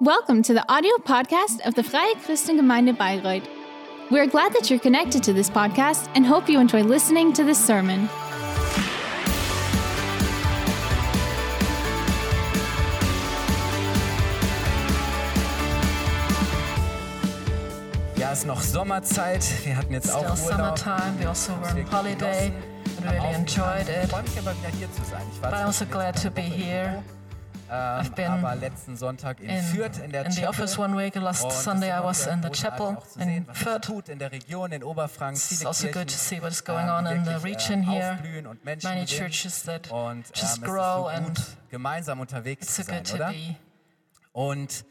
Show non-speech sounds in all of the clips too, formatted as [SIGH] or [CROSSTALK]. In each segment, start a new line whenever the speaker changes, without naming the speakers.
Welcome to the audio podcast of the Freie Christengemeinde Bayreuth. We are glad that you're connected to this podcast and hope you enjoy listening to this sermon.
Ja, es ist noch Sommerzeit. Wir hatten jetzt
Still
auch Urlaub.
summertime. We also were on
Wir
holiday.
genossen,
and
haben
Really enjoyed
aufgepasst.
it.
Ich freue mich aber wieder hier zu sein. Ich war
But I'm
zwar
also
letzte
glad to be
Woche im
here. I've
Büro,
been
ähm, aber letzten Sonntag in,
in-
Fürth in der
in the
Chapel.
office one week. Last
Und es ist
Sunday I
immer
was
wieder
in the
großartig
chapel
auch zu
in
sehen, was sich
Fürth.
tut in der Region, in Oberfranken.
It's
Viele
also good
Kirchen,
to see what's going
ähm,
on
die
in the
wirklich,
region
ähm,
here.
aufblühen und Menschen
Many
gewinnen.
churches that
und, ähm,
just
es ist
grow
so gut,
and
gemeinsam unterwegs
It's
zu
so
sein,
good to
oder?
be.
Und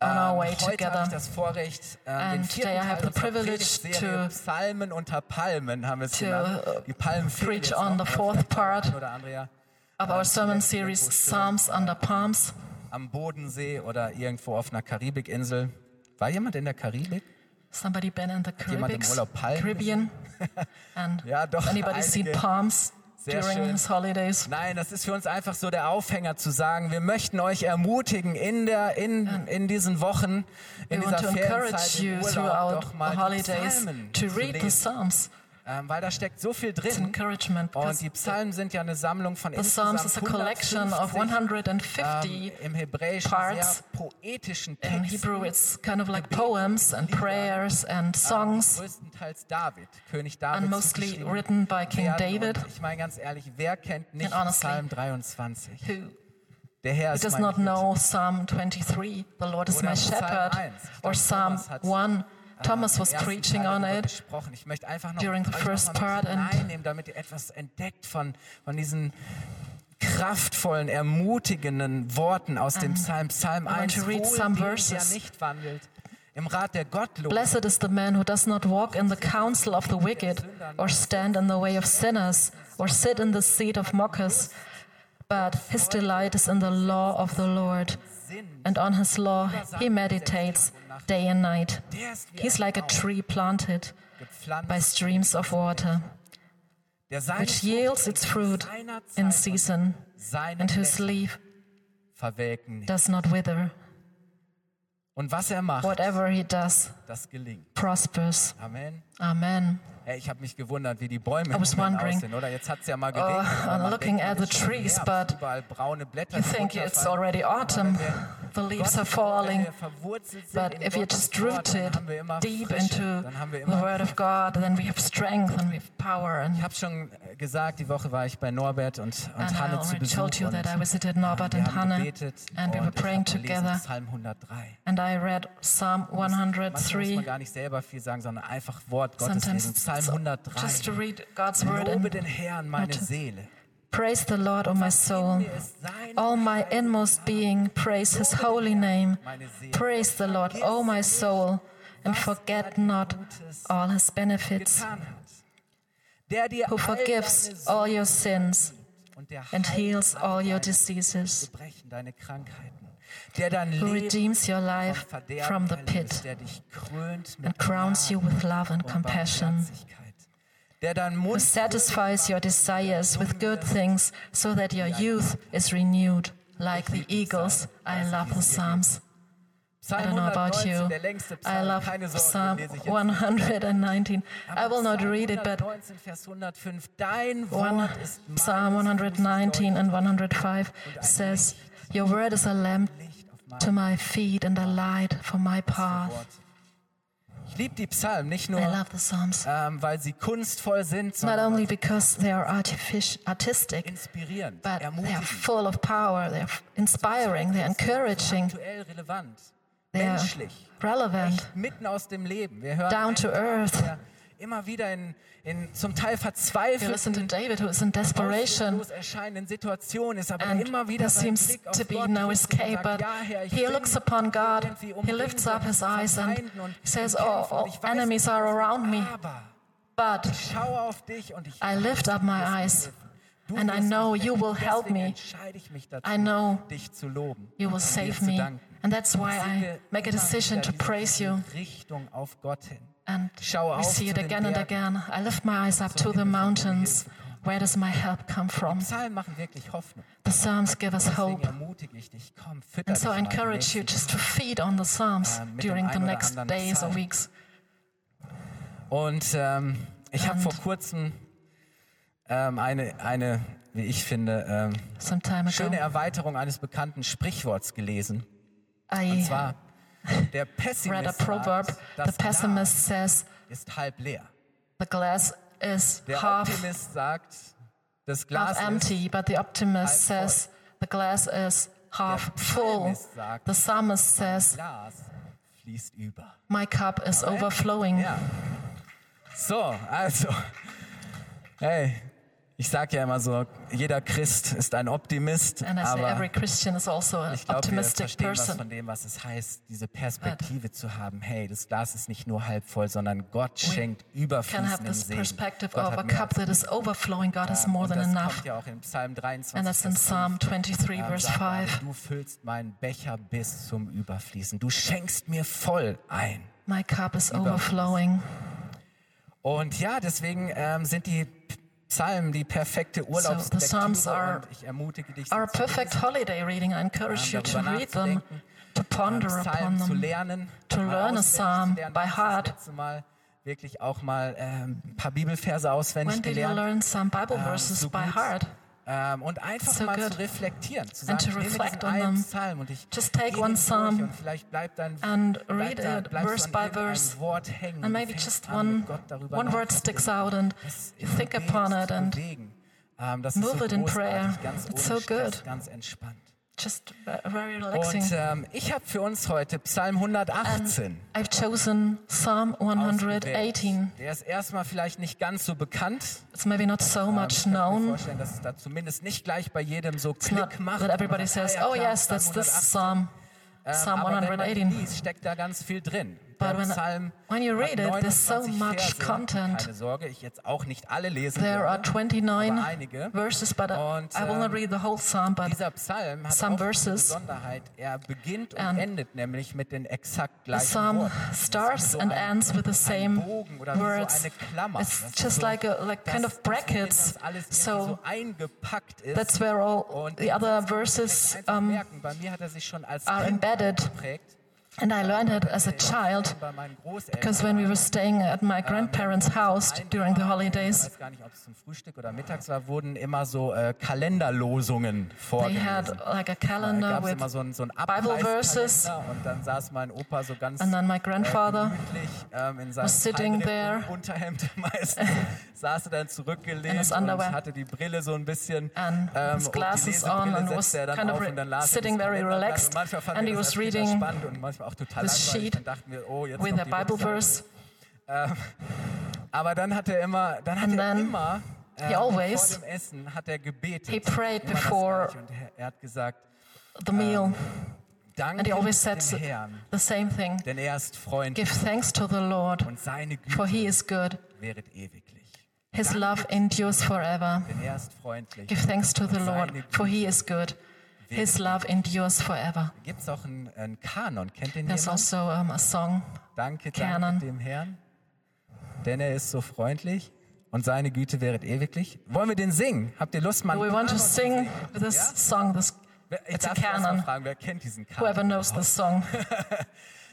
on our
ähm,
Oh way
heute habe
together.
ich das Vorrecht, ähm, den
And
vierten
today I have
Teil
the
unserer
privilege
Predigtserie
to
Psalmen unter Palmen haben wir es
to,
genannt.
uh,
Die Palmen fehlen
preach
jetzt
on
noch,
the
aber
fourth
vielleicht hat der
part
ein oder andere ja
Of our sermon series, Psalms Under Palms.
am Bodensee oder irgendwo auf einer Karibikinsel. War jemand in der Karibik?
Somebody been in the
jemand im
Caribbean?
Urlaub Palmen
Caribbean. And
Ja, doch,
anybody seen
einige.
palms
Sehr
during
schön.
his holidays?
Nein, das ist für uns einfach so der Aufhänger zu sagen, wir möchten euch ermutigen in, der, in, in diesen Wochen, in
We want
dieser
to encourage
Ferienzeit
you
im Urlaub
throughout
doch
the
mal die
holidays
Psalmen
to
zu
read the
lesen,
Psalms.
ähm, weil da steckt so viel
It's
drin.
encouragement. because
Und die Psalmen sind ja eine Sammlung von
The Psalms is a collection of
150,
150.
ähm, im Hebräischen
parts.
sehr poetischen
In
Texten,
Hebrew, um, it's kind of like poems and prayers and songs,
Ähm, größtenteils David, König
and
David
mostly written by King David,
Und ich meine ganz ehrlich, wer kennt nicht
And honestly,
Psalm 23?
who
Der Herr ist
does
mein
not
Hirte.
know Psalm 23, the Lord is
Oder
my
Psalm
shepherd,
1. Ich
or
glaube,
Psalm
Thomas hat,
1. Äh, Thomas
im
was
ersten
preaching
Teil
on
darüber
it.
gesprochen. Ich möchte einfach noch
during the
euch noch mal
first
ein bisschen
part and-
reinnehmen, damit ihr etwas entdeckt von, von diesen kraftvollen, ermutigenden Worten aus dem Psalm. Psalm
Mhm. I want
1,
to read
Wohl
some
dem,
verses.
der nicht wandelt, im Rat der Gottlosen.
Blessed is the man who does not walk in the counsel of the wicked, or stand in the way of sinners, or sit in the seat of mockers, but his delight is in the law of the Lord, and on his law he meditates day and night.
Der ist wie
He's
ein
like a
Baum,
tree planted by
gepflanzt,
streams of water,
der seine
which
Frucht
yields its fruit
seiner Zeit
in
und
season,
seinen
and whose
Blättern
leaf
verwelken nicht.
does not wither.
Und was er macht,
Whatever he does
das gelingt.
prospers.
Amen.
Amen.
Hey, ich habe mich gewundert, wie die Bäume
I was
im Moment
wondering, uh,
aussehen, oder? Jetzt hat's ja mal geregnet.
I'm
aber man
looking
denkt,
at the
es ist schon
trees,
Herbst,
but
überall braune Blätter.
You
die
think it's
runterfallen.
already autumn, the leaves are falling. But if you just root it deep into the Word of God, then we have strength and we have power.
Ich
And,
habe schon äh, gesagt, die Woche war ich bei Norbert und, und
and I
Hanne zu
already
Besuch
told you
und
that I visited Norbert
wir
and
haben
Hannah,
gebetet
and we
und
were
ich
praying
hab gelesen,
together.
Psalm 103.
And I read Psalm
Manchmal muss
103.
man gar nicht selber viel sagen, sondern einfach Wort Gottes
Sometimes
lesen.
it's
Psalm
just to
103.
read God's Word
Lobe
and
den Herrn, meine
Warte.
Seele.
praise the Lord, O my soul.
Mir ist sein
All my inmost being, praise His holy name. Praise the Lord, O my soul, and forget not all His benefits,
getan hat. Der dir
who
all deine
forgives
Sünden
all your sins
und der
and
heilt
heals
alle
all your
deine
diseases.
Gebrechen, deine Krankheiten, der dein
who
Leben
redeems your
vom
life
Verderben
from the
erlöst,
pit
der dich krönt mit
and crowns you
Gnaden
with love and
und
compassion,
Barmherzigkeit, der dein
who
Mund
satisfies your desires with good things so that your youth is renewed like the eagles. I love the Psalms. I
Psalm
don't know about
119,
you.
der längste
I
Psalm,
love
keine Sorge,
Psalm
den lese ich jetzt
119.
Aber
I will not
Psalm
read it, but
119, Vers 105, dein
one,
Wort ist mein
Psalm 119 and 105 says, Your word is a lamp
Licht auf meinem
to my feet and a light for my path.
Wort. Ich liebe die Psalmen, nicht
I
nur,
love the Psalms.
ähm, weil sie kunstvoll sind,
not
sondern
only because they are artific- artistic,
inspirierend,
but they are
ermutigend,
full of power, they're f- inspiring, they're encouraging,
aktuell relevant,
they're
menschlich,
relevant,
mitten aus dem Leben. Wir hören
down to
einen,
earth.
der immer wieder in, in zum Teil
You
verzweifelten,
listen to David, who is in desperation,
hoffnungslos erscheinenden Situationen ist, aber
and
immer wieder
there
sein
seems
Blick auf
to be
Gott
no
richtet und
escape,
sagt,
but
"Ja, Herr, ich
he
bin
looks upon God,
irgendwie
he
umringt
lifts up
von
his eyes and
Feinden und ich
says,
bin
Oh,
Kämpfer und
all
ich weiß,
enemies are around me,
aber
but
schaue auf dich und ich
I lift up my eyes,
Du
and I
wirst mich
know you
retten.
will help
Deswegen
me.
entscheide ich mich dazu,
I know
dich zu loben.
you will
und dir
save
zu
me.
danken.
And that's why
Sehen wir
I make
immer
a decision
wieder
to
diese
praise you.
Richtung auf Gott hin.
And
Schaue
we
auf
see
zu
it
den
again and
Bergen,
again. I lift my eyes up to the mountains Where does my help come from?
Psalmen machen wirklich Hoffnung.
The Psalms give us
Deswegen
hope.
ermutige ich dich, komm, fütter
And so
dich
I
mal die
encourage
nächsten
you just to feed on the Psalms
Ah, mit dem
during the
einen oder
next
anderen
days or
Psalm.
weeks.
Und ähm, ich habe
Und-
vor kurzem ähm, eine, eine, wie ich finde, ähm,
Some time
schöne
ago,
Erweiterung eines bekannten Sprichworts gelesen. Und
I
zwar, der Pessimist
[LAUGHS] read a proverb.
sagt,
The
das
pessimist says,
Glas ist halb leer.
the glass is
Der
half,
Optimist sagt, das Glas
half
ist
empty, but the optimist
halb voll.
says, the glass is half
Der
full.
Psalmist sagt,
The psalmist says,
Glas fließt über.
my cup is overflowing.
Ja. So, also, hey, ich sag ja immer so, jeder Christ ist ein Optimist,
And I say
aber
every Christian is also an
Ich glaube, wir
optimistic
verstehen was
person.
von dem, was es heißt, diese Perspektive zu haben. Hey, das Glas ist nicht nur halb voll, sondern Gott schenkt
Can have
überfließenden
this
Segen.
perspective
Gott
of
hat
a
mehr
cup that is overflowing. God is
als-
more
Und
than
das
enough.
kommt ja auch in Psalm 23,
And that's in
Vers
Psalm
5.
23,
Ähm,
verse
sag mal,
5.
Du füllst meinen Becher bis zum Überfließen. Du schenkst mir voll ein.
My cup is overflowing.
Und ja, deswegen ähm, sind die Psalmen die perfekte Urlaubslektüre.
Psalms are-
und ich ermutige dich, sie
Our
zu lesen,
perfect holiday reading, I encourage you
ähm,
to
darüber
read them,
nachzudenken.
to ponder
ähm, Psalmen
upon
zu
them.
lernen,
to
mal
learn a
auswendig zu
psalm
lernen.
by
Ich hab
heart.
Das letzte Mal wirklich auch mal ähm, ein paar Bibelverse auswendig
When did you
gelernt
learn some Bible verses
Um, so
by
gut.
heart?
ähm, und einfach
So
mal
good.
zu reflektieren, zu sagen,
And to
ich nehme diesen
reflect on
einen
them.
Psalm und ich
Just take
gehe den
one
durch
psalm
und vielleicht bleibt dann
and read
bleibt da,
it
bleibst du
verse
an
by
irgendeinem
verse.
Wort hängen
And
du
maybe
fängst
just
an, mit
one,
Gott darüber
one word
nachzudenken.
sticks out and
Das
you
im
think
Gebet
upon
zu
it and
bewegen. Ähm, das ist
move
so
it in
großartig,
prayer.
Ganz
It's
ohne
so good.
Stress, ganz entspannt.
just ve- very relaxing.
Und ähm, ich habe für uns heute Psalm 118.
I've chosen Psalm 118.
Der ist erstmal vielleicht nicht ganz so bekannt.
It's maybe not so
[LAUGHS] Ähm,
much
ich kann mir
known.
vorstellen, dass es da zumindest nicht gleich bei jedem so
It's not
Klick macht.
that everybody says, oh yes, that's this Psalm,
um,
Psalm 118.
Dies steckt da ganz viel drin. Der
But when-
Psalm
when you read
hat
it, there's so
29
much
Verse.
content.
Keine Sorge, ich jetzt auch nicht alle lesen
There are
werde.
29
einige.
verses, but I
Und,
I will not
ähm,
read the whole Psalm, but
Dieser Psalm hat
some
auch eine
verses.
Besonderheit. Er beginnt und
And
endet nämlich mit den exakt
the
gleichen
Psalm
Worten. Das ist
starts
so
and
ein-
ends with the
ein
same
Bogen oder wie so
words.
eine Klammer. Das
It's
ist
just
so,
like a like kind
dass-
of
dass hier
brackets.
das alles irgendwie
So
so eingepackt ist.
that's where all
Und
the other
Ich
verses
einfach
um,
merken, bei mir hat er sich schon als
are
Kind
äh, embedded.
geprägt.
And I learned it as a child
Bei meinen Großeltern.
because when we were staying at my grandparents' house during the holidays,
Ich weiß gar nicht, ob es zum Frühstück oder mittags war, wurden immer so äh, Kalenderlosungen
they
vorgelesen.
had like
Da
a calendar
gab's
äh, with,
immer so einen, so einen
Bible verses.
Abreißkalender und dann saß mein Opa so ganz
and then my
äh,
grandfather
gemütlich ähm, in seinem
was sitting
Feinripp-
there.
Unterhemd [LAUGHS]
[LAUGHS]
meistens, saß er dann
In
zurückgelehnt
his
und
underwear.
hatte die Brille so ein bisschen
And
ähm,
his
und die
glasses on
Lesebrille
and
setzte
was
er dann
kind of
auf
re-
und dann las er das
sitting very
Kalenderblatt.
relaxed
Und manchmal fanden
and
wir
he
das
was
als Kinder
reading
spannend und manchmal auch total
his
langweilig.
sheet
Dann dachten wir, oh, jetzt
with
noch
a
die
Bible
Rückseite.
verse.
Aber dann hat er immer, dann hat
And
er
then
immer ähm,
always-
vor dem Essen hat er gebetet.
he prayed
Immer das
before-
Gleiche. und er, er hat gesagt,
the meal,
danke
and he always said
dem Herrn,
the same thing
denn er ist Freund
Give thanks to the Lord,
und seine
for
Güte
he is good.
wäret ewiglich.
His love endures forever.
Denn er ist freundlich.
Give thanks to the Lord, for he is good. His love endures forever.
Gibt es auch einen, einen Kanon? Kennt den
There's
jemand?
also um, a song.
Danke,
Kanon.
danke dem Herrn, denn er ist so freundlich und seine Güte wäret ewiglich. Wollen wir den singen? Habt ihr Lust, mal einen
We want to
Kanon zu
sing
singen?
this
Ja?
song. This,
Wer- Ich
it's a
darf erst mal
Kanon.
fragen, wer kennt diesen Kanon?
Whoever knows this song.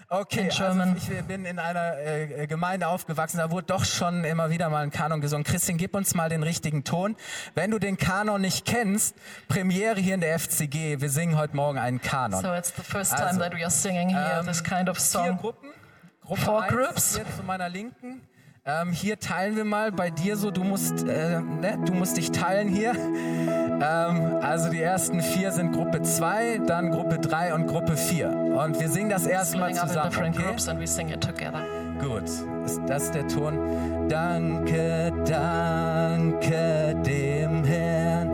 Okay,
In German.
also ich bin in einer äh, Gemeinde aufgewachsen, da wurde doch schon immer wieder mal ein Kanon gesungen. Christian, gib uns mal den richtigen Ton. Wenn du den Kanon nicht kennst, Premiere hier in der FCG, wir singen heute Morgen einen Kanon.
So it's the first
Also,
time that we are singing here
ähm,
this kind of
Vier
song.
Gruppen. Gruppe
Four
eins
groups.
ist hier zu meiner Linken. Ähm, hier teilen wir mal bei dir so, du musst, äh, ne, du musst dich teilen hier. Ähm, also die ersten vier sind Gruppe 2, dann Gruppe 3 und Gruppe 4. Und wir singen das erstmal
Splitting up
zusammen,
in different
okay?
groups and we sing it together.
Gut, ist das der Ton? Danke, danke dem Herrn,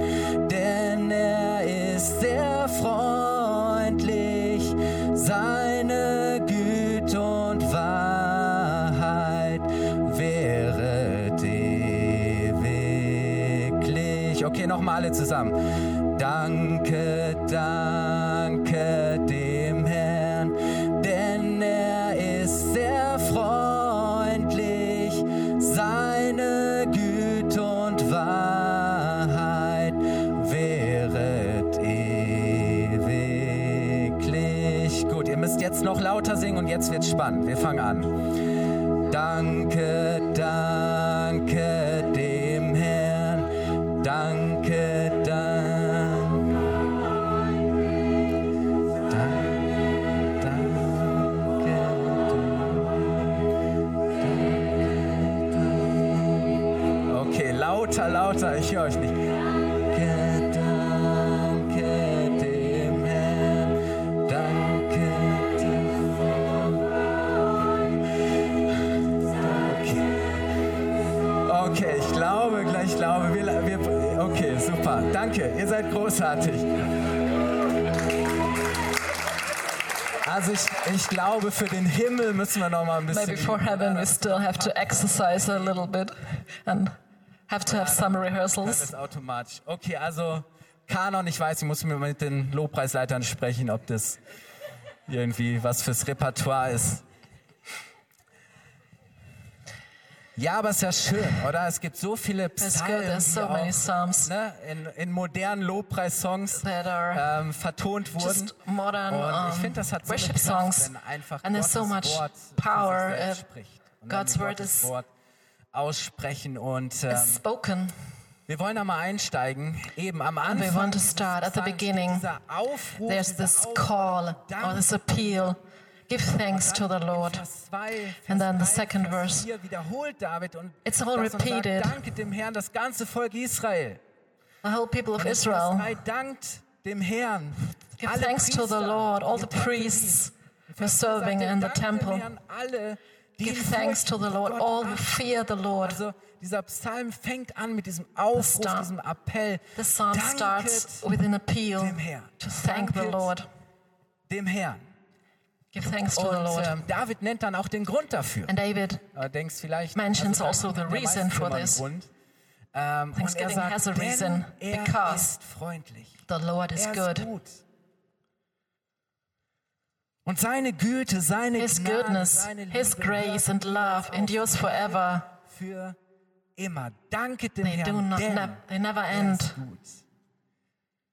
denn er ist sehr freundlich, seine Güte und Wahrheit wäret ewiglich. Okay, nochmal alle zusammen. Danke, danke dem Herrn, denn er ist sehr freundlich, seine Güte und Wahrheit. es noch lauter singen und jetzt wird's spannend. Wir fangen an. Danke, danke dem Herrn. Danke, danke. Dan- Danke, danke. Okay, lauter, lauter, ich höre euch nicht. Danke, danke dem Herrn, danke dem Herrn. Okay. Okay, ich glaube, gleich ich glaube, wir, wir, okay, super, danke, ihr seid großartig. Also ich, ich glaube, für den Himmel müssen wir noch mal ein bisschen...
Maybe for heaven, we still have to exercise a little bit and have to have some
Das
rehearsals.
ist automatisch. Okay, also Kanon, ich weiß, ich muss mir mit den Lobpreisleitern sprechen, ob das irgendwie was fürs Repertoire ist. Ja, aber ist ja schön, oder? Es gibt so viele
It's
Psalmen,
good. There's
die
so
auch,
many psalms
ne, in, in modernen Lobpreissongs
that are
ähm, vertont wurden.
just modern
Und ich
um,
finde, das hat so eine
worship
Kraft,
songs.
wenn einfach
And there's
Gottes
so much
Wort zu sich
power
selbst
if
spricht. Und
God's
wenn wir
word
Gottes
is-
Wort aussprechen und ähm,
It's spoken.
wir wollen da mal einsteigen. Eben am
we
Anfang.
want to start at the beginning.
Dieser Aufruf,
There's
dieser
this
Aufruf,
call or
Dank
this appeal. Give thanks to the Lord.
Vers zwei, Vers
And then
drei,
the second
Vers
verse.
vier wiederholt David und
It's all
das und sagt,
repeated.
Danke dem Herrn, das ganze Volk Israel.
The whole people of
Und Vers
Israel.
drei, dankt dem Hern.
Give
Alle
thanks to the
Priester,
Lord, all
die
the
Tempel
priests who are
dienen. Sagt
serving
er,
in the
dankt dem
temple.
Herrn alle, die
Give
ihn
thanks to
fürchten,
the
die
Lord,
Gott
all who
achten.
fear the Lord.
Also dieser Psalm fängt an mit diesem Aufruf,
Psalm-
diesem Appell.
The psalm
Danket
starts with an appeal
dem Herrn.
to thank the
Danket
Lord.
dem Herrn.
Give thanks to
Und
the Oh Lord.
ähm, David nennt dann auch den Grund dafür.
And David,
Aber denkst vielleicht,
Mentions
dann
also the
der meistens
reason for
immer einen
this.
Grund. Ähm, und er
Thanksgiving
sagt,
has a reason,
denn er
because
ist freundlich.
the Lord is
er ist
good.
gut. Und seine Güte, seine
His
Gnade, er
goodness,
seine Liebe
His grace and love endures forever.
für immer. Danke dem
They do
Herrend,
not,
denn
ne- they never
er ist
end.
gut.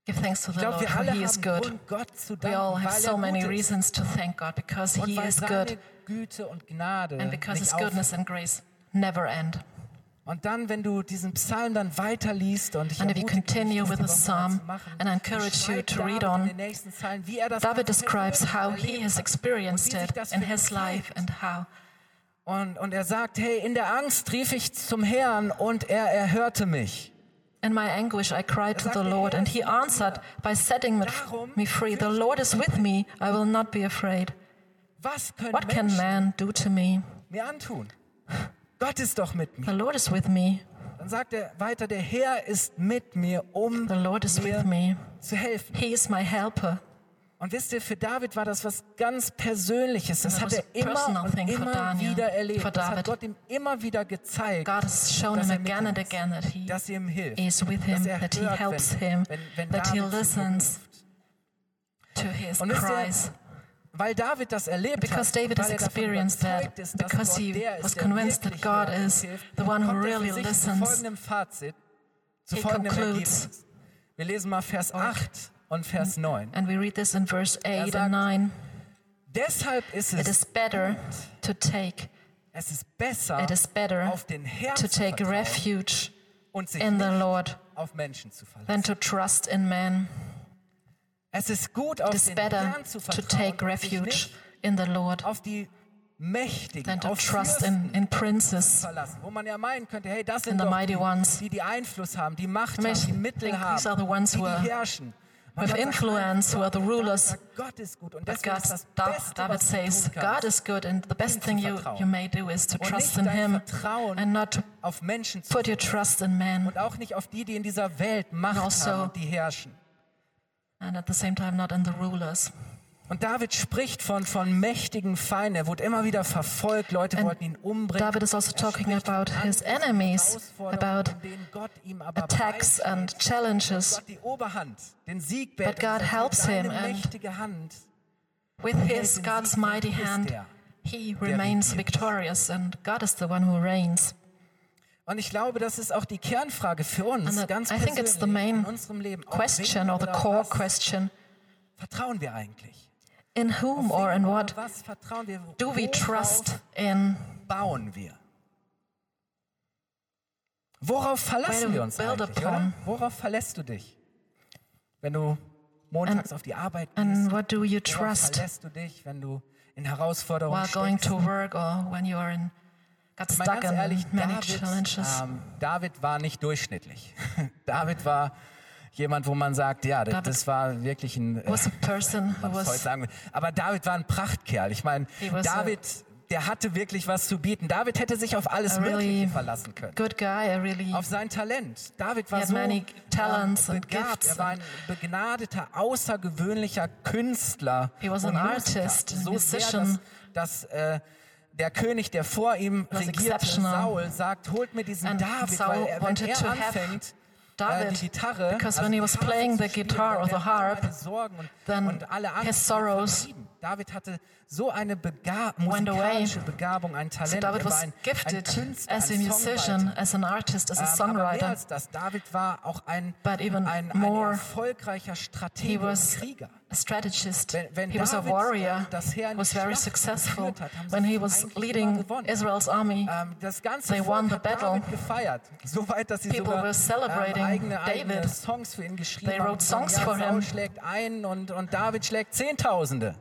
Give thanks to
Ich
the
glaube,
Lord,
wir
for
alle
He is
haben
good.
Grund, Gott zu danken,
We all have
weil
so
er
many
gut ist.
reasons to thank God because
und
He
weil
is
seine
good
Güte und Gnade
and because His
nicht aufhört.
goodness and grace never end.
Und dann, wenn du diesen Psalm dann weiterliest und ich
And if you
ermutige dich,
continue
das
with the
die Woche
psalm,
zu machen,
and I encourage you
beschreibt
to
David
read
in
on,
den nächsten Zeilen, wie er das
David
Ganze
describes how he
erlebt
has
hat
experienced
und wie sich
it
das
in
für ihn
his life
zeigt.
and how.
Und, und er sagt, hey, in der Angst rief ich zum Herrn und er erhörte mich.
In my anguish, I cried to the Lord, and he answered by setting me free. The Lord is with me, I will not be afraid.
Was können
What can
Menschen
man do to me?
mir antun? Gott ist doch mit mir.
The Lord is with me,
Dann sagt er weiter, der Herr ist mit mir, um
the Lord is
mir
with me.
zu helfen.
He is my helper.
Und wisst ihr, für David war das was ganz Persönliches. Das
That
hat
was
er
a
immer
personal
und
thing for
immer
Daniel,
wieder erlebt.
for
Das hat
David.
Gott ihm immer wieder gezeigt,
God has shown
Dass
him
er mit
again
ihm
and
ist.
again that he
dass er ihm hilft,
is with
dass
him,
er
that he
hört,
helps
wenn,
him,
wenn, wenn
that he
David zu ihm
listens
ruft.
to his
Und wisst ihr,
cries.
Weil David das erlebt
Because
hat, weil
David has
er davon
experienced that,
überzeugt ist, dass
because
Gott
he
der ist,
was
der
convinced that
wirklich
God
hört und
is
hilft,
the one who
kommt er für
really
sich Zu
listens.
folgendem Fazit, zu
He
folgendem
concludes.
Ergebnis. Wir lesen mal Vers 8 und Vers 9.
And we read this in verse 8
sagt,
and 9.
Deshalb ist
It
es,
is better to take
es ist besser,
it is better
auf den Herrn
to
zu
take
vertrauen
refuge
und sich
in the
nicht
Lord
auf Menschen zu verlassen.
than to trust in man.
Es ist gut,
It
auf
is
den
better
Herrn zu
to
vertrauen,
take
und sich
refuge
nicht
in the Lord
auf die Mächtigen,
than to
auf
trust
Fürsten
in, in princes.
verlassen. Wo man ja meinen könnte, hey, das
In
sind
the
doch
mighty
die,
ones.
die, die Einfluss haben, die Macht
I
haben, die
think
Mittel
these
haben,
are the ones
die,
who
die
are-
herrschen. Und dann
with
sagt
influence, who are the
David,
rulers.
sagt, Gott ist gut und
But
deswegen
God,
ist das
Da-
Beste,
David
was du tun
says,
kannst,
God is good, and the best
ihm zu
thing you,
vertrauen.
you may do is to
Und
trust
nicht
in
dein
Him
Vertrauen
and not to
auf Menschen zu
put your trust in man,
und auch nicht auf die, die in dieser Welt Macht
Also-
haben und die herrschen.
and at the same time not in the rulers.
Und David spricht von, von mächtigen Feinden. Er wurde immer wieder verfolgt. Leute
And
wollten ihn umbringen.
David is also
Er
talking
spricht von
about his
Angriffen,
enemies,
Herausforderungen,
about
in denen Gott ihm aber
Attacks
beistehen
and challenges
Gott die Oberhand, den Sieg
But God helps him and
mächtige Hand.
with His God's mighty hand, He remains victorious, and God is the one who reigns.
Und ich glaube, das ist auch die Kernfrage für uns,
And
ganz
I think
persönlich
it's the main
in unserem Leben. Auf wen
Question or the
oder
core
was
question:
Vertrauen wir eigentlich?
In whom or in what
Was vertrauen wir?
do we
Worauf
trust in?
bauen wir? Worauf verlassen
Where
wir uns
we build
eigentlich? Oder?
upon.
Worauf verlässt du dich, wenn du montags auf die Arbeit
And
gehst?
what do you
Worauf
trust
verlässt du dich, wenn du in Herausforderungen
while going
steckst?
to work or when you are in got
Ich meine,
stuck
ganz
in
ehrlich,
many
David,
challenges?
ähm, David war nicht durchschnittlich. [LAUGHS] David war jemand, wo man sagt, ja, das,
David
das war wirklich ein äh, [LAUGHS]
Was a person who
man es heute
was
sagen will. Aber David war ein Prachtkerl. Ich meine,
He was a-
David, der hatte wirklich was zu bieten. David hätte sich auf alles
a really
Mögliche verlassen können.
good guy, a really
Auf äh, sein Talent. David war
had
so
many talents
ähm,
and
begabt.
gifts
Er war ein begnadeter, außergewöhnlicher Künstler.
He was
und
an
Musiker.
artist,
so
musician.
Sehr, dass, dass äh, der König, der vor ihm
Was
regierte,
exceptional.
Saul, sagt, holt mir diesen
And
David,
Saul
weil er, wenn
wanted to
er
have
anfängt, äh, die
David
Gitarre,
because
also
when he
die
was
Harfe
playing
zu
the
spielen,
guitar
dann
or the
werden alle
harp,
Sorgen und,
then
und alle Angst
his sorrows
vertrieben. David hatte so eine Bega
went away.
musikalische Begabung, ein Talent.
So David
er war
was
ein, ein
gifted
Künstler,
as a
ein
musician,
Songwriter.
as an artist, as a
Ähm, aber mehr
songwriter.
als das, David war auch ein,
But even
ein, ein
more,
erfolgreicher Stratege
he was
und Krieger.
a strategist.
Wenn- wenn
he was a
David, äh,
warrior.
das Heer in
was
die
very
Schlacht
successful
geführt hat, haben sie
when he
eigentlich
was
immer
leading
gewonnen.
Israel's army.
Ähm, das ganze
They
Volk
won the
hat
battle.
David gefeiert. So weit, dass sie
People
sogar
were
ähm,
celebrating
eigene, eigene
David.
Songs für ihn geschrieben
They
haben.
wrote
Die sagen,
songs
ja,
for
Saul
him.
schlägt einen und, und David schlägt Zehntausende.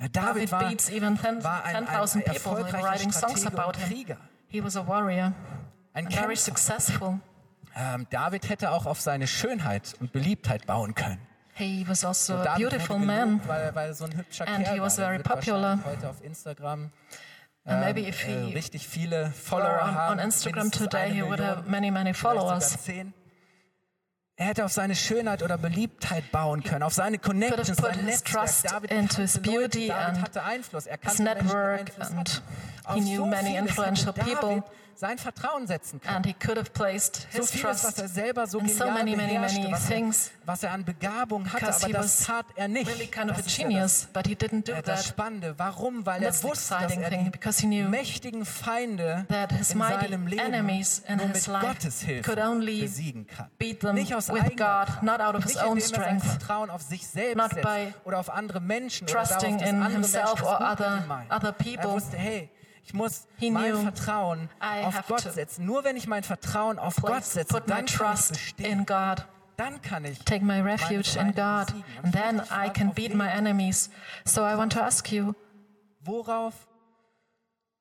Ja, David
David
war,
beats even 10
war ein, ein
10,000 people in
erfolgreicher
writing songs
Stratege
about
und
him.
Krieger.
He was a warrior,
Ein
very
Kämpfer.
successful.
Ähm, David hätte auch auf seine Schönheit und Beliebtheit bauen können.
He was also
David
a beautiful
wurde
man.
gelobt, Weil, er- weil er so ein hübscher
And
Kerl
he was
war. Der
very
wird wahrscheinlich
popular.
Heute auf Instagram
And maybe if
äh,
he
richtig viele
were
Follower
on,
haben.
on Instagram
mindestens
today,
eine
he would
Million,
have many, many
vielleicht sogar
followers.
zehn. Er hätte auf seine Schönheit oder Beliebtheit bauen können, auf seine
could
Connections,
have put
sein
his
Netzwerk.
trust
David
into his
kannte Leute,
beauty
David
and
hatte Einfluss. Er
His
kannte Menschen, die
network
Einfluss hatten.
and
Auf
he knew
so
many
vieles hätte
influential
David
people.
Sein Vertrauen setzen können.
And he could have placed
so
his
vieles, was
trust
er selber so
in
genial
so many, many,
beherrschte,
many
was,
things.
er, was er an Begabung hatte,
Because
aber
he
das
was
tat er nicht.
really kind of a
das ist ja das
genius, but he didn't do
äh, das
that.
Spannende. Warum? Weil er
That's the
wusste, dass
exciting
er
thing,
die
because he knew
mächtigen Feinde
that his
in
mighty
seinem Leben
enemies in
nur
his
mit
life
Gottes Hilfe
could only
besiegen kann.
beat them
nicht aus
with
eigener
God,
Kraft,
not out of his
nicht
own
indem er sein
strength,
Vertrauen auf sich selbst
not
setzt
by
oder auf andere Menschen
trusting
oder darauf, dass
in
andere
himself
Menschen das
or
Gute
other-
ihm meinen.
other people.
Er wusste, hey, ich muss
He
mein
knew,
Vertrauen
I
auf
have
Gott
to
setzen. Nur wenn ich mein Vertrauen auf Gott
Place,
setze,
put my
dann kann ich
trust in
bestehen.
God,
Dann kann ich
take my
meine
refuge
Feinde
in God,
besiegen. Und
and
ich
then
möchte dich
I
fragen,
can
auf
beat
wen
my enemies. So I want to ask you,
Worauf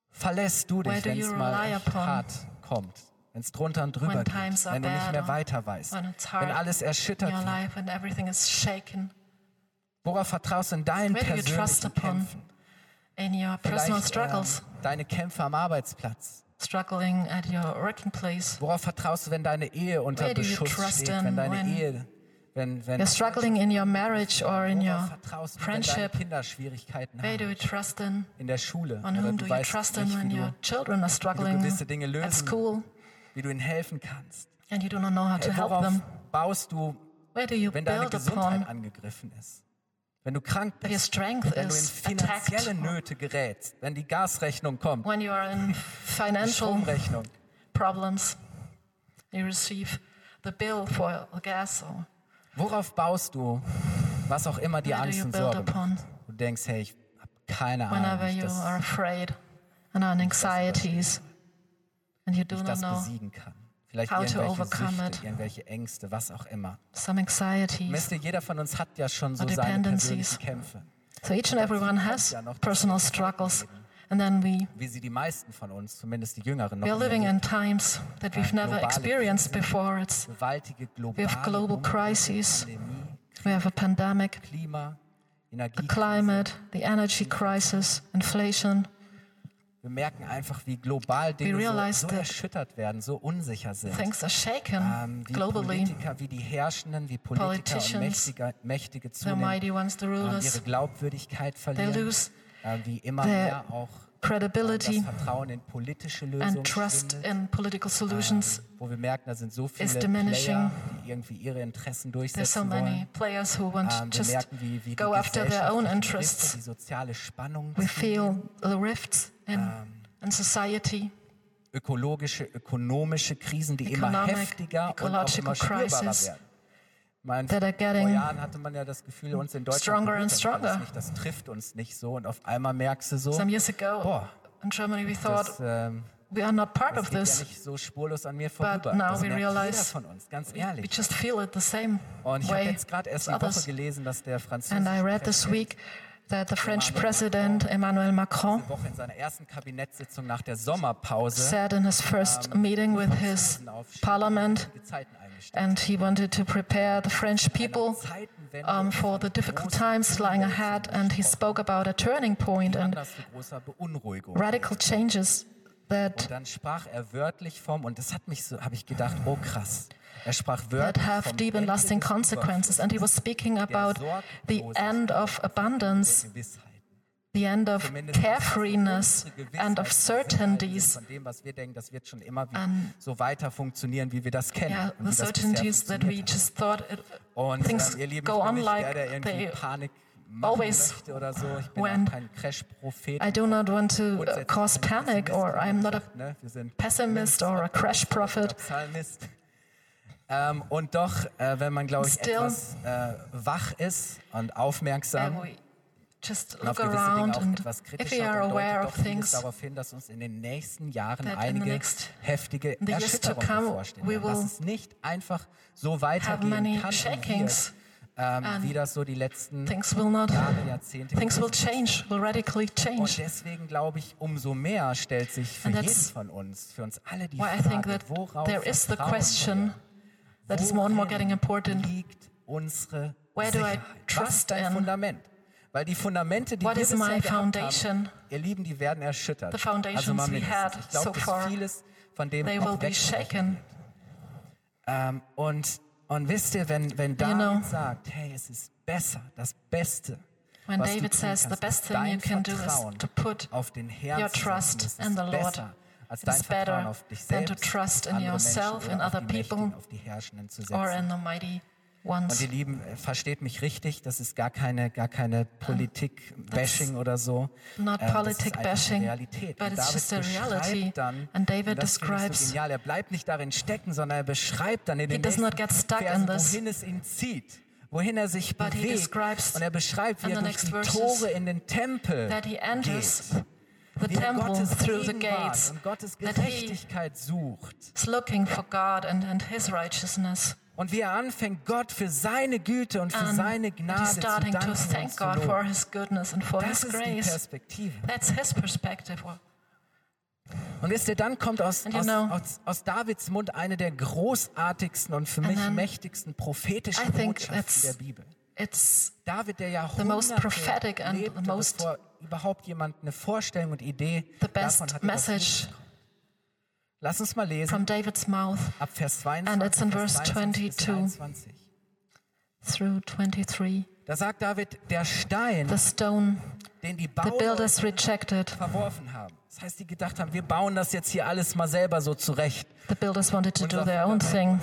verlässt du
Where
dich,
do
wenn es
you
mal
rely
echt
upon?
hart kommt? Wenn es drunter und drüber
When
geht,
times are
wenn du nicht
bad
mehr
or
weiter weißt,
when it's hard
wenn alles
in
erschüttert
your
wird.
life and everything is shaken?
Worauf vertraust du in deinen
Where do you trust
persönlichen
upon
Kämpfen?
in your personal
Vielleicht ähm,
struggles,
deine Kämpfe am Arbeitsplatz.
struggling at your working place?
Worauf vertraust du, wenn deine Ehe unter
Where do you
Beschuss
trust
steht,
in
wenn deine
when
Ehe, wenn, wenn
You're struggling in your marriage or in
worauf
your
vertraust du, wenn deine
friendship.
Kinder Schwierigkeiten
Where do
haben
you trust in?
in der Schule
On
oder
whom
du
do you
weißt
trust in
nicht,
when
wie du,
your children are struggling
gewisse Dinge lösen
at school
wie du ihnen helfen kannst.
and you do not know how to
Hey,
help
Äh, worauf
them?
baust du
Where do you
wenn deine
build
Gesundheit
upon
angegriffen ist, wenn du krank
your
bist,
strength
wenn du in
is attacked?
finanzielle Nöte gerätst, wenn die Gasrechnung kommt,
When you
[LAUGHS]
are in
die
financial
Stromrechnung,
problems, you receive the bill for gas
Ah,
or
worauf baust du, was auch immer dir
Where do
Angst
you
und
build
Sorge
upon?
macht? Du denkst, hey, ich habe keine Ahnung,
whenever
wie ich
you
das,
are afraid and on anxieties and you
wie
do
ich
not
das
know
besiegen kann. Vielleicht
how to
irgendwelche
overcome
Süchte,
it.
irgendwelche Ängste, was auch immer.
some anxieties.
Wisst ihr, jeder von uns hat ja schon so
Or
seine
dependencies.
persönlichen Kämpfe,
So each and everyone has personal struggles. And then we,
wie sie die meisten von uns, zumindest die Jüngeren, noch
we are living
erleben.
in times that we've never experienced before. It's,
gewaltige globale
we have global
Hunger,
crises,
Pandemie,
we have a pandemic,
Klima,
the
Energie.
climate, the energy crisis, inflation.
Wir merken einfach, wie global Dinge
realize
so, so
that
erschüttert werden, so unsicher sind.
Things are shaken
Ähm, wie
globally.
Politiker, wie die Herrschenden, wie Politiker und
Politicians,
Mächtige, Mächtige
The
zunehmen,
mighty ones, the
ähm,
rulers,
ihre Glaubwürdigkeit verlieren,
lose
ähm, wie immer
their
mehr auch ähm, das
credibility
Vertrauen in politische Lösungen
and trust
schwindet,
in political solutions.
wo wir merken, da sind so viele Player,
diminishing.
die irgendwie ihre Interessen
There's so
durchsetzen
many
wollen.
players who want
Ähm, wir
just
merken, wie, wie
go
die
after their own
gesellschaftlichen Rifte,
interests.
die soziale Spannung
We feel the rifts in, in society.
ökologische, ökonomische Krisen, die immer
Economic,
heftiger und auch
ecological
immer spürbarer
crisis.
werden. Mein,
That are
vor
getting
Jahren hatte man ja das Gefühl, uns in Deutschland
stronger and
berührt das
stronger.
Nicht, das trifft uns nicht so und auf einmal merkst du so,
Some years ago
boah,
in Germany, we
das,
thought
ähm,
we are not part
das
of
geht ja
this.
nicht so spurlos an mir vorüber.
now
das
we
merkt jeder
realize
von uns, ganz
We
ehrlich.
just feel it the same
Und ich habe
way
jetzt gerade erst
as
die Woche
others.
gelesen, dass der französische
And I read this
Präsident
week that the French President Emmanuel Macron
diese Woche in seiner ersten Kabinettssitzung nach der Sommerpause
said in his first meeting with his parliament,
die Zeiten eingestellt.
and he wanted to prepare the French people um, for the difficult times lying ahead. And he spoke about a turning point and
Anlass zu großer Beunruhigung.
radical changes that
Und dann sprach er wörtlich vom, und das hat mich so, habe ich gedacht, oh krass. Er sprach
that
wörtlich
have
vom
deep and
Ende
lasting
des
consequences. And he was speaking about the end of abundance,
Gewissheiten.
the end of
Zumindest ist das
carefreeness,
unsere Gewissheit,
and of
die Sicherheit, die
certainties.
Von dem, was wir denken, das wird schon immer wieder so weiter funktionieren, wie wir das kennen.
Yeah,
und wie
the
das bisher
certainties that we
funktioniert hat.
just thought it,
Und
things
ähm, ihr Lieben,
go
ich bin
on
nicht
like
der, der irgendwie
they
Panik machen
always
möchte oder so. Ich bin
when
auch kein Crash-Prophet.
I do not want to uh,
Grundsätzlich
cause
bin ich
panic
Pessimist,
or
wie
I'm not a
gesagt, ne? Wir sind
pessimist or a crash prophet,
Psalmist. Ähm, und doch, äh, wenn man, glaube ich,
Still-
etwas äh, wach ist und aufmerksam
and we just
und auf
look
gewisse Dinge
around
auch
and
etwas kritisch
if we
schaut,
are
dann
aware
deutet
of
doch vieles
things,
darauf hin, dass uns in den nächsten Jahren
that in the
einige
next-
heftige
the years to
Erschütterungen
come,
bevorstehen.
we
werden, Dass
will
es nicht einfach so
have
weitergehen kann
many
und
shakings,
wird, ähm, wie das so die letzten
things will not,
Jahre, Jahrzehnte
[LAUGHS] things will
gewesen ist.
change, will radically
Und
change.
deswegen glaube ich, umso mehr stellt sich für
And
jeden
that's
von uns, für uns alle die
Why I think
Frage,
that
worauf
there is the
vertrauen
question
wir?
that is more and more
Worin
getting important.
liegt unsere
Where do I
Sicherheit? Was
trust
ist dein
in?
Fundament? Weil die Fundamente, die
What
wir
is
bisher
my
gehabt haben,
foundation?
ihr Lieben, die werden erschüttert.
The foundations
also mal
we
mindestens.
had
ich glaube,
so
dass
far,
vieles von dem
They
auch
will be
wegbricht.
shaken.
Und, und wisst ihr, wenn, wenn David
know,
sagt, hey, es ist besser, das Beste,
When
was
David
du tun
says,
kannst,
the best
ist
thing you
dein
can do is
Vertrauen
to put
auf den Herrn
your
zu setzen.
trust
Es ist
in the Lord.
besser, als
It
dein
is
Vertrauen
better
auf dich
than
selbst,
to trust in
andere
yourself,
Menschen
in
oder auf
other
die Mächtigen,
people,
auf die Herrschenden zu
or
setzen.
in the mighty
Und
ones.
ihr Lieben, äh, versteht mich richtig, das ist gar keine, gar keine Politik-Bashing oder so.
Ah,
Ähm,
Not
das ist
politic
einfach
bashing,
eine Realität.
but
Und
it's
David
just a
beschreibt
reality.
Dann,
And David
und das finde ich
describes-
So genial. Er bleibt nicht darin stecken, sondern er beschreibt dann in
He
den
does
nächsten
not get stuck in
Versen,
this.
wohin es ihn zieht, wohin er sich
But he
bewegt.
describes
Und er beschreibt, wie
in
er
the
durch
next
die
verses
Tore in den Tempel
that he enters
geht.
The
Wie er
temple
Gottes
through the
Gegenwart
gates,
und Gottes
that he
Gerechtigkeit sucht.
is looking for God and, and his righteousness.
Und wie er anfängt, Gott für seine Güte und für
Um, And
seine Gnade
he's
zu
starting
danken
to
und
thank
zu
God for
loben.
his goodness and for
Das
his
ist die
grace.
Perspektive.
That's his perspective.
Und wisst ihr, dann kommt aus,
And you
aus,
know-
aus, aus Davids Mund eine der großartigsten und für mich
then
mächtigsten prophetischen
I think
Botschaften
that's-
der Bibel.
It's
David, der ja
most prophetic and
lebte,
the most-
bevor überhaupt jemand eine Vorstellung und Idee
the
davon
best
hatte. was hier
message
Lass uns mal lesen,
from David's mouth
ab Vers 22,
And it's in
Vers
verse
22. bis
22.
23.
through 23.
Da sagt David, der Stein,
The stone
den die
the
Bauleute
builders rejected.
verworfen haben. Das heißt, die gedacht haben, wir bauen das jetzt hier alles mal selber so zurecht.
The builders wanted to do their own thing,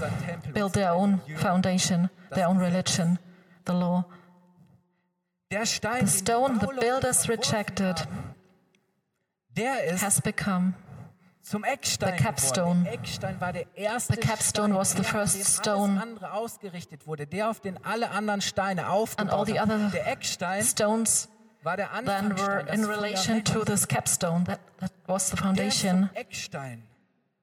build their own foundation, their own religion, the law.
Der Stein, den
The
die
stone the
Bauleute
builders
verworfen
rejected
haben, Der ist
has become
zum Eckstein
The capstone.
geworden. Der Eckstein war der erste
The capstone
Stein,
was the
der, auf
first
den
stone.
Alles andere ausgerichtet wurde, der auf den alle anderen Steine
And all
aufgebaut
the
haben.
other
Der Eckstein
stones
war der
then were
Anfangsstein, das
in relation
Fundament.
to this capstone that, that was the
Der ist zum
foundation.
Eckstein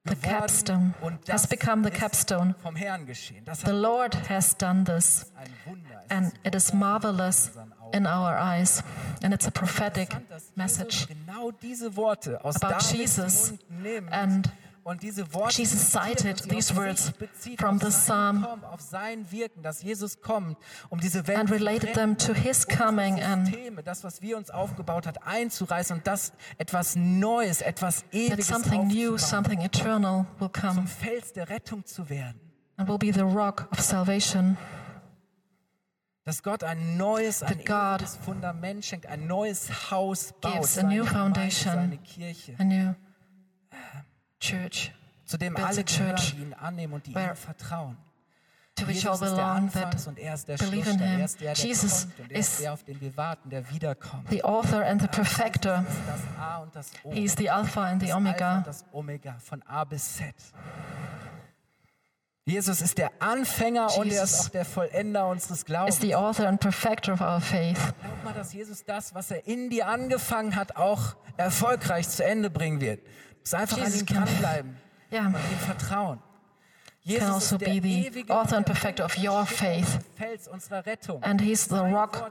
The
geworden
capstone
und
has
das
become the
ist
capstone.
vom Herrn geschehen. Das
The
hat
Lord has done this,
ein Wunder. Es
and
ist
it is marvelous in our eyes. And it's a prophetic
interessant, dass Jesus
message.
Genau diese Worte aus
about
Davids
Jesus
Mund nimmt
and
und diese Worte
Jesus
zitiert und
cited
sie
these
auf
words
sich bezieht,
from
auf
the
sein
Psalm
Kommen, auf sein Wirken, dass Jesus kommt, um diese Welt
and
zu
related
retten,
them to his
um unsere
coming and
Systeme, das was wir uns aufgebaut hat, einzureißen und das etwas Neues, etwas
that
Ewiges
something new,
aufzubauen,
something eternal will
zum
come
Fels der Rettung zu werden.
and will be the rock of salvation.
Dass Gott ein neues, ein
God
ewiges Fundament schenkt, ein neues Haus baut,
gives a
seine
new
Gemeinde,
foundation.
seine Kirche.
A new church
zu dem
Builds
alle
a church
gehören, die ihn annehmen und die ihm
where
vertrauen.
to which all
Jesus ist der
belong that
Anfangs und er ist der
believe in
Schlussstein.
him.
Er ist der, der
Jesus
kommt und er ist
is
der, auf den wir warten, der wiederkommt.
the author and the perfecter.
Das ist das A und das O.
He is the Alpha and the
das Alpha und
Omega.
das Omega von A bis Z. Jesus ist der Anfänger und er ist
Jesus
auch der Vollender unseres Glaubens.
is the author and perfecter of our faith.
Glaub mal, dass Jesus das, was er in dir angefangen hat, auch erfolgreich zu Ende bringen wird. Du musst einfach
Jesus
an ihm
can-
dranbleiben
Yeah.
und ihm vertrauen.
Can
Jesus
also
ist der
be the
ewige
author and
und der
perfecter of your faith.
Fels unserer Rettung.
And he's the rock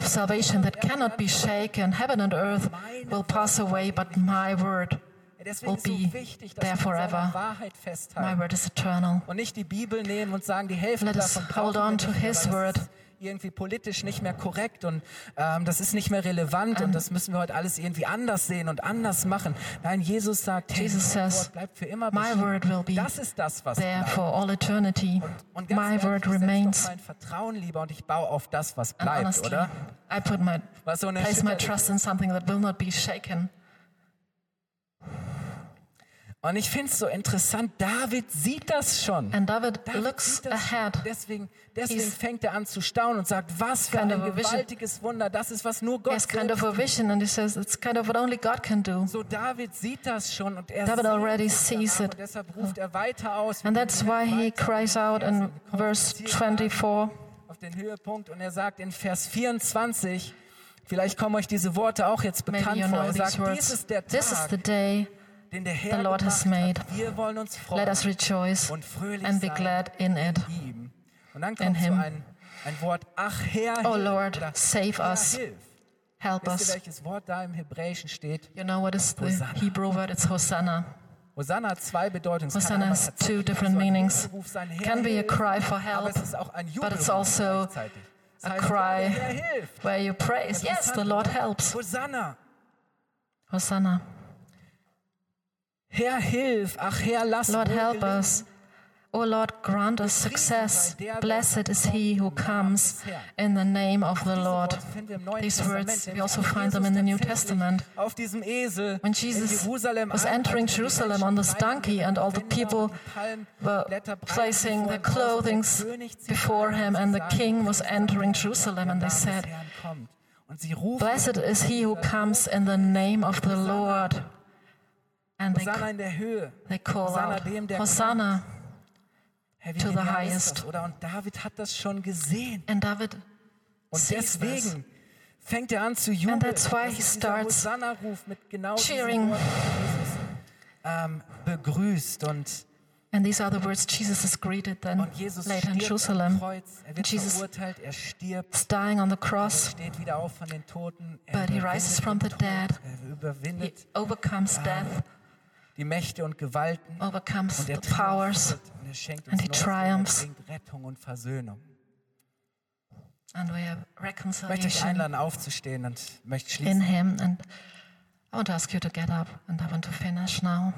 of salvation that cannot be shaken. Heaven and earth will pass away, but my word,
Deswegen ist
will
es so
be
wichtig,
there
dass wir an seiner
forever.
Wahrheit
my
festhalten
word is eternal.
und nicht die Bibel nehmen und sagen, die Hälfte
Let us
davon
hold
brauchen wir
on
nicht
to
mehr,
his
weil das
word.
ist irgendwie politisch nicht mehr korrekt und ähm, das ist nicht mehr relevant und das müssen wir heute alles irgendwie anders sehen und anders machen. Nein, Jesus sagt, hey,
Jesus
mein
says,
Wort bleibt für immer
my
bestehen.
word will be
Das ist das, was
There
bleibt.
for all eternity,
Und ganz
my
ehrlich,
word
ich setz doch
remains.
mein Vertrauen lieber und ich baue auf das, was
And
bleibt,
honestly,
oder?
I put my
Was so eine
place my
erschütternde-
trust in something that will not be shaken.
Und ich finde es so interessant, David sieht das schon.
And David
David
looks
sieht das schon.
ahead.
Deswegen, deswegen
He's-
fängt er an zu staunen und sagt, was für
Kind
ein
of a vision.
gewaltiges Wunder. Das ist, was nur Gott
It's kind
selbst-
of a vision, and he says it's kind of what only God can do.
So David sieht das schon und er
David
sehnt
already
sich
sees
danach
it.
Und deshalb ruft er weiter aus.
And that's why he cries out in verse 24.
auf den Höhepunkt und er sagt in Vers 24, vielleicht kommen euch diese Worte auch jetzt
Maybe
bekannt
you
vor.
know
Er
these
sagt, dies
words.
ist der
This is
Tag,
the day
den der Herr
the Lord has
gemacht hat.
made.
Wir wollen uns freuen
Let us rejoice
und fröhlich
and be
sein
glad in it.
in ihm. Und dann kommt so
him.
ein, ein Wort, ach Herr,
Oh
hilf
Lord,
oder
save
Herr,
us.
hilf.
Help
Wisst ihr,
us.
welches Wort da im Hebräischen steht?
You know what is the
Hosanna.
Hebrew word? It's Hosanna.
Hosanna hat zwei Bedeutungen. Es kann
Hosanna
einmal
has
tatsächlich
two different
so ein
meanings.
Hilferuf sein, Herr,
Can be a
hilf.
cry for
Aber
help,
es ist auch ein
but
Jubelruf
it's also
gleichzeitig. Es
a
heißt,
cry
der Herr hilft.
where you praise. Yes, the Lord helps.
Hosanna.
Hosanna.
Herr, hilf. Ach, Herr, lass
Lord,
wohl
help
gelingen.
us. O Lord, grant us success. Blessed is he who comes in the name of the
Diese
Lord.
Worte finden wir im Neuen
These
Testament,
words,
denn
we also
Jesus
find them in the New
tatsächlich
Testament.
Auf diesem Esel
When
in
Jesus
Jerusalem
was
ein,
entering
als er die
Jerusalem
Menschen
on this
breiteten
donkey, and all the
Gewänder und
people
die Palmen,
were
Blätter breiteten vor ihm
placing their
aus, und der
clothings
König zieht
before
ein,
him,
und
and
sie
the
sagen,
king was entering Jerusalem, and they
"Der Name des
said,
Herrn kommt." Und sie rufen,
Blessed is he who comes in the name of the Lord. And they,
Hosanna in der Höhe.
they call
Hosanna
out,
dem, der
Hosanna.
Hey, wie
to the
genial ist
highest.
Das, oder? Und David hat das schon gesehen.
And David
Und
sees this.
deswegen fängt er an zu jubeln.
And that's why
Das
he
ist dieser
starts
Hosanna-Ruf mit genau diesen
cheering.
Worten, die Jesus, ähm, begrüßt und
And these are the words Jesus is greeted then
Und Jesus
later in
stirbt am
Jerusalem.
Kreuz. Er wird
Jesus
verurteilt, er stirbt,
He's dying on the
er
cross.
steht wieder auf von den Toten. Er
But he rises
überwindet
from
den
the
Tod,
dead.
Er
He
überwindet
overcomes
Ah.
death,
die Mächte und Gewalten.
overcomes
Und er
the powers,
triumphiert und er schenkt
and
uns
he
Neues und
triumphs.
Er bringt Rettung und Versöhnung.
and we have
Ich möchte euch
reconciliation
einladen, aufzustehen und möchte schließen.
in him. And I want to ask you to get up, and I want to finish now.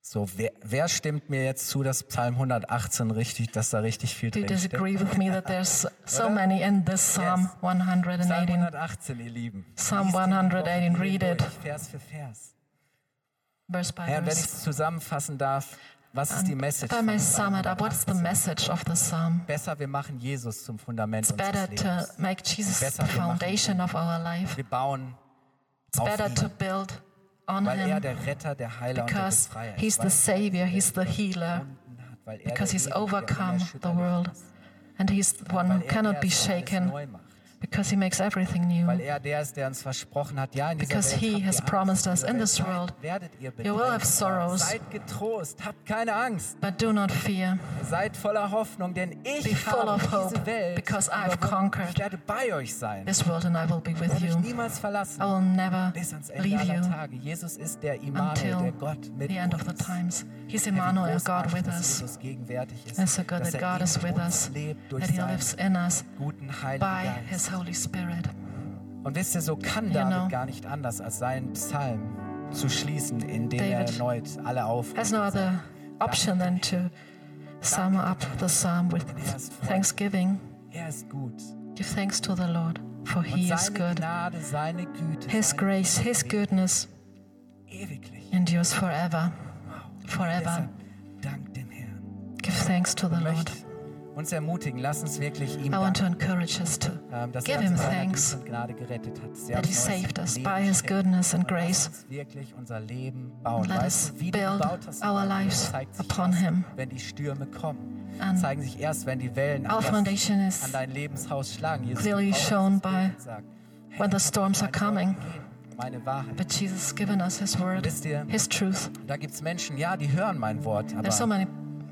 So, wer, wer stimmt mir jetzt zu, dass Psalm 118 richtig, dass da richtig viel
Do you
drin steht?
disagree with me that there's so many in this Psalm
Yes. Psalm
118,
118, ihr Lieben.
Psalm
Liest ihn die
118,
Woche
read it.
durch, Vers für Vers.
verse by
Herr, wenn ich
verse?
es zusammenfassen darf, was ist die Message?
If I
von
may
Psalm
sum it up, what's the
118?
message of the psalm?
Besser, wir machen Jesus zum Fundament
It's better
unseres
to
Lebens.
make Jesus
Besser,
the
wir machen
foundation of our life.
Wir bauen
It's
auf
better
ihn,
to build on
weil er
him
der Retter, der Heiler und der
because
Befreier
he's
ist, weil
the
er
savior, he's the healer,
Wunden hat, weil er der
because he's
Ewige, der
overcome the
Unerschütterliche
world,
ist,
and he's the one
weil
who
er
cannot
der
be
ist, der alles
shaken
neu macht,
because he makes everything new.
Weil er der ist, der uns versprochen hat, ja, in dieser
Because
Welt
he
habt ihr
has
Angst,
promised
in
us,
dieser
in
Welt
this
seid-
world,
werdet ihr
will
bedrängt,
have sorrows.
Seid getrost, habt keine Angst,
But do not fear,
seid voller Hoffnung, denn ich
Be full
habe
of
diese
hope,
Welt
because I've
überwunden. Ich
conquered.
werde bei euch sein.
this world and I will be with
Ich werde euch
you.
niemals verlassen.
I will never
bis ans Ende
leave
aller
you
Tage. Jesus ist der Immanuel,
until
der Gott mit
the end of the
uns.
times. He's
Herr, wie
Emmanuel, God
großartig,
with
dass
us.
Jesus gegenwärtig ist,
It's so good
dass
that
er
God is
in
with
uns
us,
lebt durch
that he
seinen
lives in us
guten Heiligen
by
Geist.
his Holy Spirit.
Und wisst ihr, so kann
You
David
know,
gar nicht anders, als seinen Psalm zu schließen, indem er
David
erneut alle aufruft.
Has no other option than to sum up the psalm with thanksgiving.
Er ist gut.
Give thanks to the Lord, for
Und
he is
seine
good.
Gnade, seine Güte,
His
seine
grace,
Liebe
his goodness
ewiglich.
endures forever. Forever.
Deshalb dank dem Herrn.
Give thanks to the
Ich
Lord.
möchte uns ermutigen. Lass uns wirklich ihm
I want to
danken,
encourage us to
ähm, dass
give
er
him
uns aus seiner
thanks
Güte und Gnade gerettet hat. dass er
that he
uns neues
saved us
Leben
by his
schenkt.
goodness and
Und lass
grace.
uns wirklich unser Leben bauen.
Let
Weißt
us
du, wie du
build
gebaut hast,
our
Gott,
lives
zeigt sich
upon
erst,
him.
Wenn die Stürme kommen,
And
zeigen sich erst, wenn die Wellen an
Our
das-
foundation is
an dein Lebenshaus schlagen. Jesus
clearly
gebaut hat,
shown
das Bild
by
und sagt, hey,
when the storms are
meine Leute
coming.
gehen, Meine Wahrheit.
But Jesus has given us his word,
Wisst ihr,
his truth.
da gibt es Menschen, ja, die hören mein Wort, aber
There's so many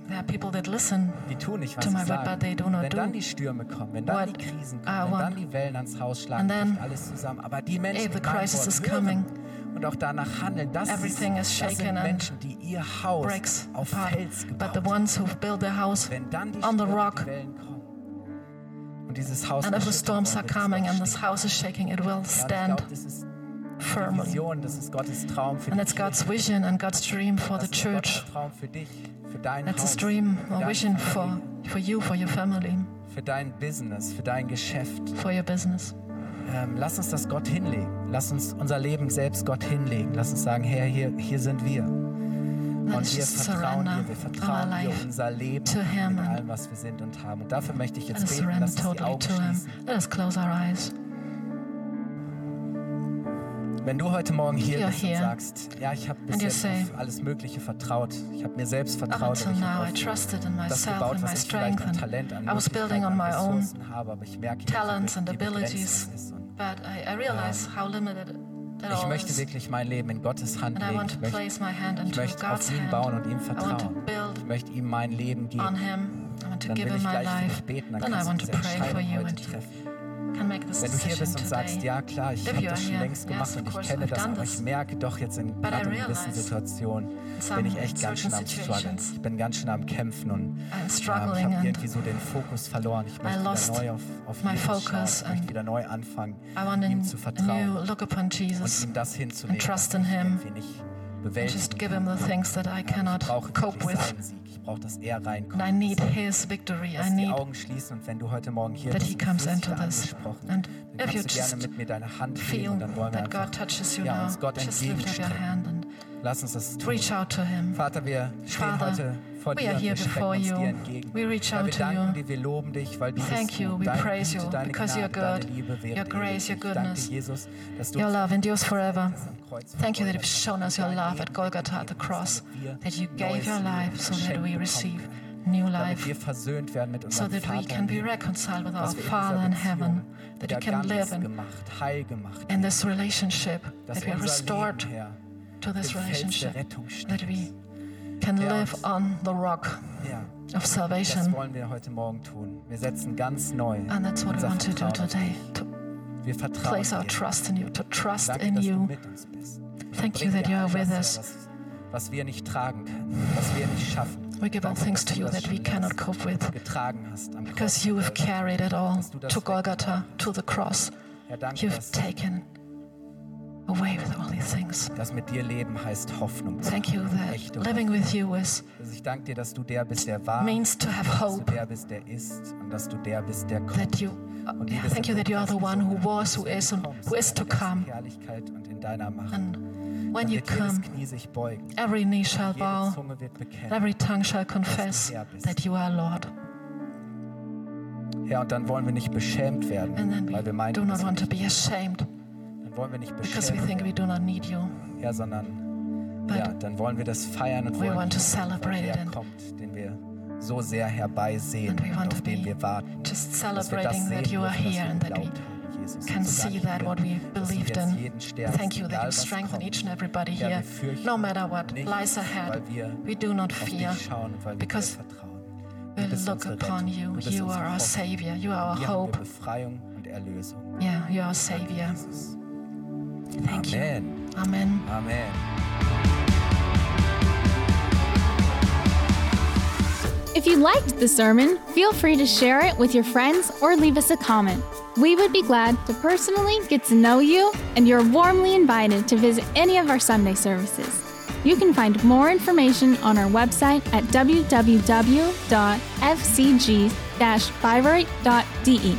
there are people that listen.
die tun nicht, was
to
ich
my word,
sage.
but they do not
wenn
do
dann die Stürme kommen, wenn dann die
what
Krisen
I
kommen, wenn
want.
dann die Wellen ans Haus schlagen,
And then,
bricht alles zusammen. Aber die Menschen,
if the
die mein
crisis
Wort
is
hören und auch danach handeln, das, ist,
everything is
das
shaken
sind
and
Menschen, die ihr Haus
Breaks
auf
apart.
Fels gebaut
uh, But the
haben.
ones who build their house
Wenn dann die
on the
Stürme,
rock.
die Wellen kommen und dieses Haus
and if the
geschüttelt
storms are
wird, wird es
coming and this
aufstehen.
house is shaking, it
Ja,
will
und ich glaube,
stand
das ist die
firmly.
Vision, das ist Gottes Traum für
And
die
that's God's
Kirche.
vision and God's dream for the
Das ist Gottes
church.
Traum für dich, für dein
That's
Haus,
his dream
für
or
deine
vision for,
Familie,
for you, for your family,
für dein Business, für dein Geschäft.
for your business.
Ähm, lass uns das Gott hinlegen. Lass uns unser Leben selbst Gott hinlegen. Lass uns sagen, Herr, hier, hier sind wir.
Let
Und
us
wir
just
vertrauen
surrender
dir. Wir
our
vertrauen dir
life.
unser Leben
to him
mit
and-
allem, was wir sind und haben. Und dafür möchte ich
Let
jetzt
us
beten.
surrender
Lass uns die
totally
Augen
to him.
schließen.
Let us close our eyes.
Wenn du heute Morgen hier
You're
bist und
here.
sagst, ja, ich habe bis
And you
jetzt
say,
auf alles Mögliche vertraut. Ich habe mir selbst
Up
vertraut.
until
und ich
now,
habe
I
auf
trusted in
das
myself
gebaut,
and my
was ich vielleicht
strength,
an
and
Talent, an
I was building
Möglichkeiten,
on
an
my own
Ressourcen habe. Aber ich merke,
talents
hier,
and
wie begrenzt
abilities.
das ist. Und
But I, I realize how limited it
ich
all
möchte
is.
wirklich mein Leben in Gottes Hand
And I
legen.
want
Ich
to
möchte
place my hand
Ich
into
möchte
God's
auf ihn
hand.
bauen und ihm
I want to
vertrauen.
build
Ich möchte ihm mein Leben
on
geben.
Him. I want to
Dann
give
will
Him
ich
my
gleich für dich
life.
beten. Dann
Then I
kannst du
want
diese
to pray for
Entscheidung
you
heute
and you
treffen.
can make this
Wenn du hier
decision
bist und sagst,
today.
ja klar, ich
If
habe
you
das
are
schon
here,
längst
yes,
gemacht
of
und ich
course,
kenne
I've
das,
done
aber
this.
ich merke doch jetzt in
But I
gerade in gewissen
realize
Situationen,
some
bin ich echt ganz schön
certain
am Struggeln.
situations
Ich bin ganz schön am Kämpfen und
I'm
ähm, ich
struggling
habe
and
irgendwie so den Fokus verloren. Ich möchte
lost
wieder neu auf, auf
my
Jesus schauen.
focus
Ich möchte
and
wieder neu anfangen,
I want
ihm
an-
zu
a new
vertrauen
look upon
und
Jesus
ihm das hinzunehmen, was
trust in
ich
him
irgendwie nicht
and
bewältigen
just give Him the things that I
Ähm,
cannot
ich brauche
cope
wirklich
with.
seinen Sieg. Ich brauche, dass er reinkommt.
And I need His victory. I
Lass die
need
Augen schließen und wenn du heute Morgen hier
that
bist,
he
und
comes
du fühlst dich
into this.
angesprochen,
And
dann
if you
kannst du gerne
just
mit mir deine Hand heben
feel
und dann wollen wir
that God
einfach,
touches you
ja,
now.
uns Gott
Just lift up your
entgegenstrecken.
hand and
Lass uns das tun.
reach out to Him.
Vater, wir stehen
Father,
heute vor
we
dir
are
und
here
wir strecken
before
uns
you.
dir entgegen.
We reach
Herr,
out
wir
to
danken
you.
dir, wir loben dich, weil du
Thank
bist
you,
gut.
we
Deine
praise
Güte,
you,
deine
because
Gnade,
you're good.
deine Liebe währt
Your grace,
ewig.
your
Ich danke dir,
goodness.
Jesus, dass du
Your
uns
love endures forever.
am Kreuz
Thank you that
vergoldet
you've
hast,
shown us your
dein
love
Leben
at Golgotha at the
gegeben hast,
cross,
damit wir
that you
neues
gave your
Leben
life so that
geschenkt
we
bekommen
receive
können.
new
damit
life,
wir versöhnt werden mit
so
unserem
that
Vater
we can
im
be
Himmel,
reconciled with our
dass wir in
Father
dieser
in
Beziehung
heaven, that you
wieder
can live
ganz
in,
gemacht, heil gemacht,
in this relationship,
dass
that we are
unser
restored
Leben, Herr,
to
im
this
Fels der
relationship,
Rettung
that
steht.
we can
Der
live
uns-
on the rock
Ja,
of
das
salvation.
wollen wir heute Morgen tun. Wir setzen ganz neu
And that's what we
unser
want to do
Vertrauen auf
today,
dich.
to
Wir vertrauen
place our
dir.
trust in you, to trust
Danke,
in
dass du
you.
mit uns bist.
Thank you
Bring
that
dir
you
all
are with
das,
us.
Herr, was, was wir nicht tragen können, was wir nicht schaffen.
We give all
Danke,
things
dass
to
du
you
das
that we
schon
cannot
längst
cope with,
getragen hast am Kreuz
because you have
von Golgatha.
carried it all
Dass du das
to
weggenommen
Golgotha, to the cross.
Herr, danke,
You've
dass,
taken away with all these things.
dass mit dir Leben heißt Hoffnung. zu
Thank you
haben,
that
echte
living with you is
Also ich danke dir, dass du der bist, der war,
means to have
dass du
hope.
der bist, der ist und dass du der bist, der kommt.
That you,
und
yeah, thank you that you are the one who was, who is, and who is to come.
Herrlichkeit und in deiner Macht.
And when
Dann
you
wird jedes
come,
Knie sich beugen,
every knee shall
jede
bow,
Zunge wird
and
bekennen.
every tongue shall confess that you are Lord.
Herr, und dann wollen wir nicht beschämt werden,
And then
weil wir
we
meinen,
do not
dass wir
want to be ashamed
Dann wollen wir nicht
because we
beschämt
think we
werden,
do not need you.
ja, sondern
But
ja, dann wollen wir das feiern und
we
wollen
want to
ihn feiern,
celebrate
weil
it
der
and-
kommt, den wir so sehr herbeisehen
And we
und
want
auf
to
den
be
wir warten.
just
Dass wir das
celebrating
sehen
that you are
dürfen, was
here
wir
and that we
geglaubt haben, Jesus. Und
can
so
see
danken
that
wir,
what we
dass du
believed
jetzt
in.
jeden Stern
Thank
siehst,
you that
egal
you
was
strengthen
kommt.
each and everybody
Ja,
here,
wir fürchten
no matter what
nichts,
lies
weil wir
ahead. We do not
auf
fear.
dich schauen und weil wir dir
because
vertrauen. Du
We
bist
look
unsere
upon
Rettung,
you.
du bist
You
unsere
are our
Hoffnung.
Savior. You are our
Hier haben
hope.
wir Befreiung und Erlösung.
Yeah, you are
Danke,
our Savior.
Jesus.
Thank you.
Amen.
Amen.
Amen.
If you liked the sermon, feel free to share it with your friends or leave us a comment. We would be glad to personally get to know you, and you're warmly invited to visit any of our Sunday services. You can find more information on our website at www.fcg-byright.de. E.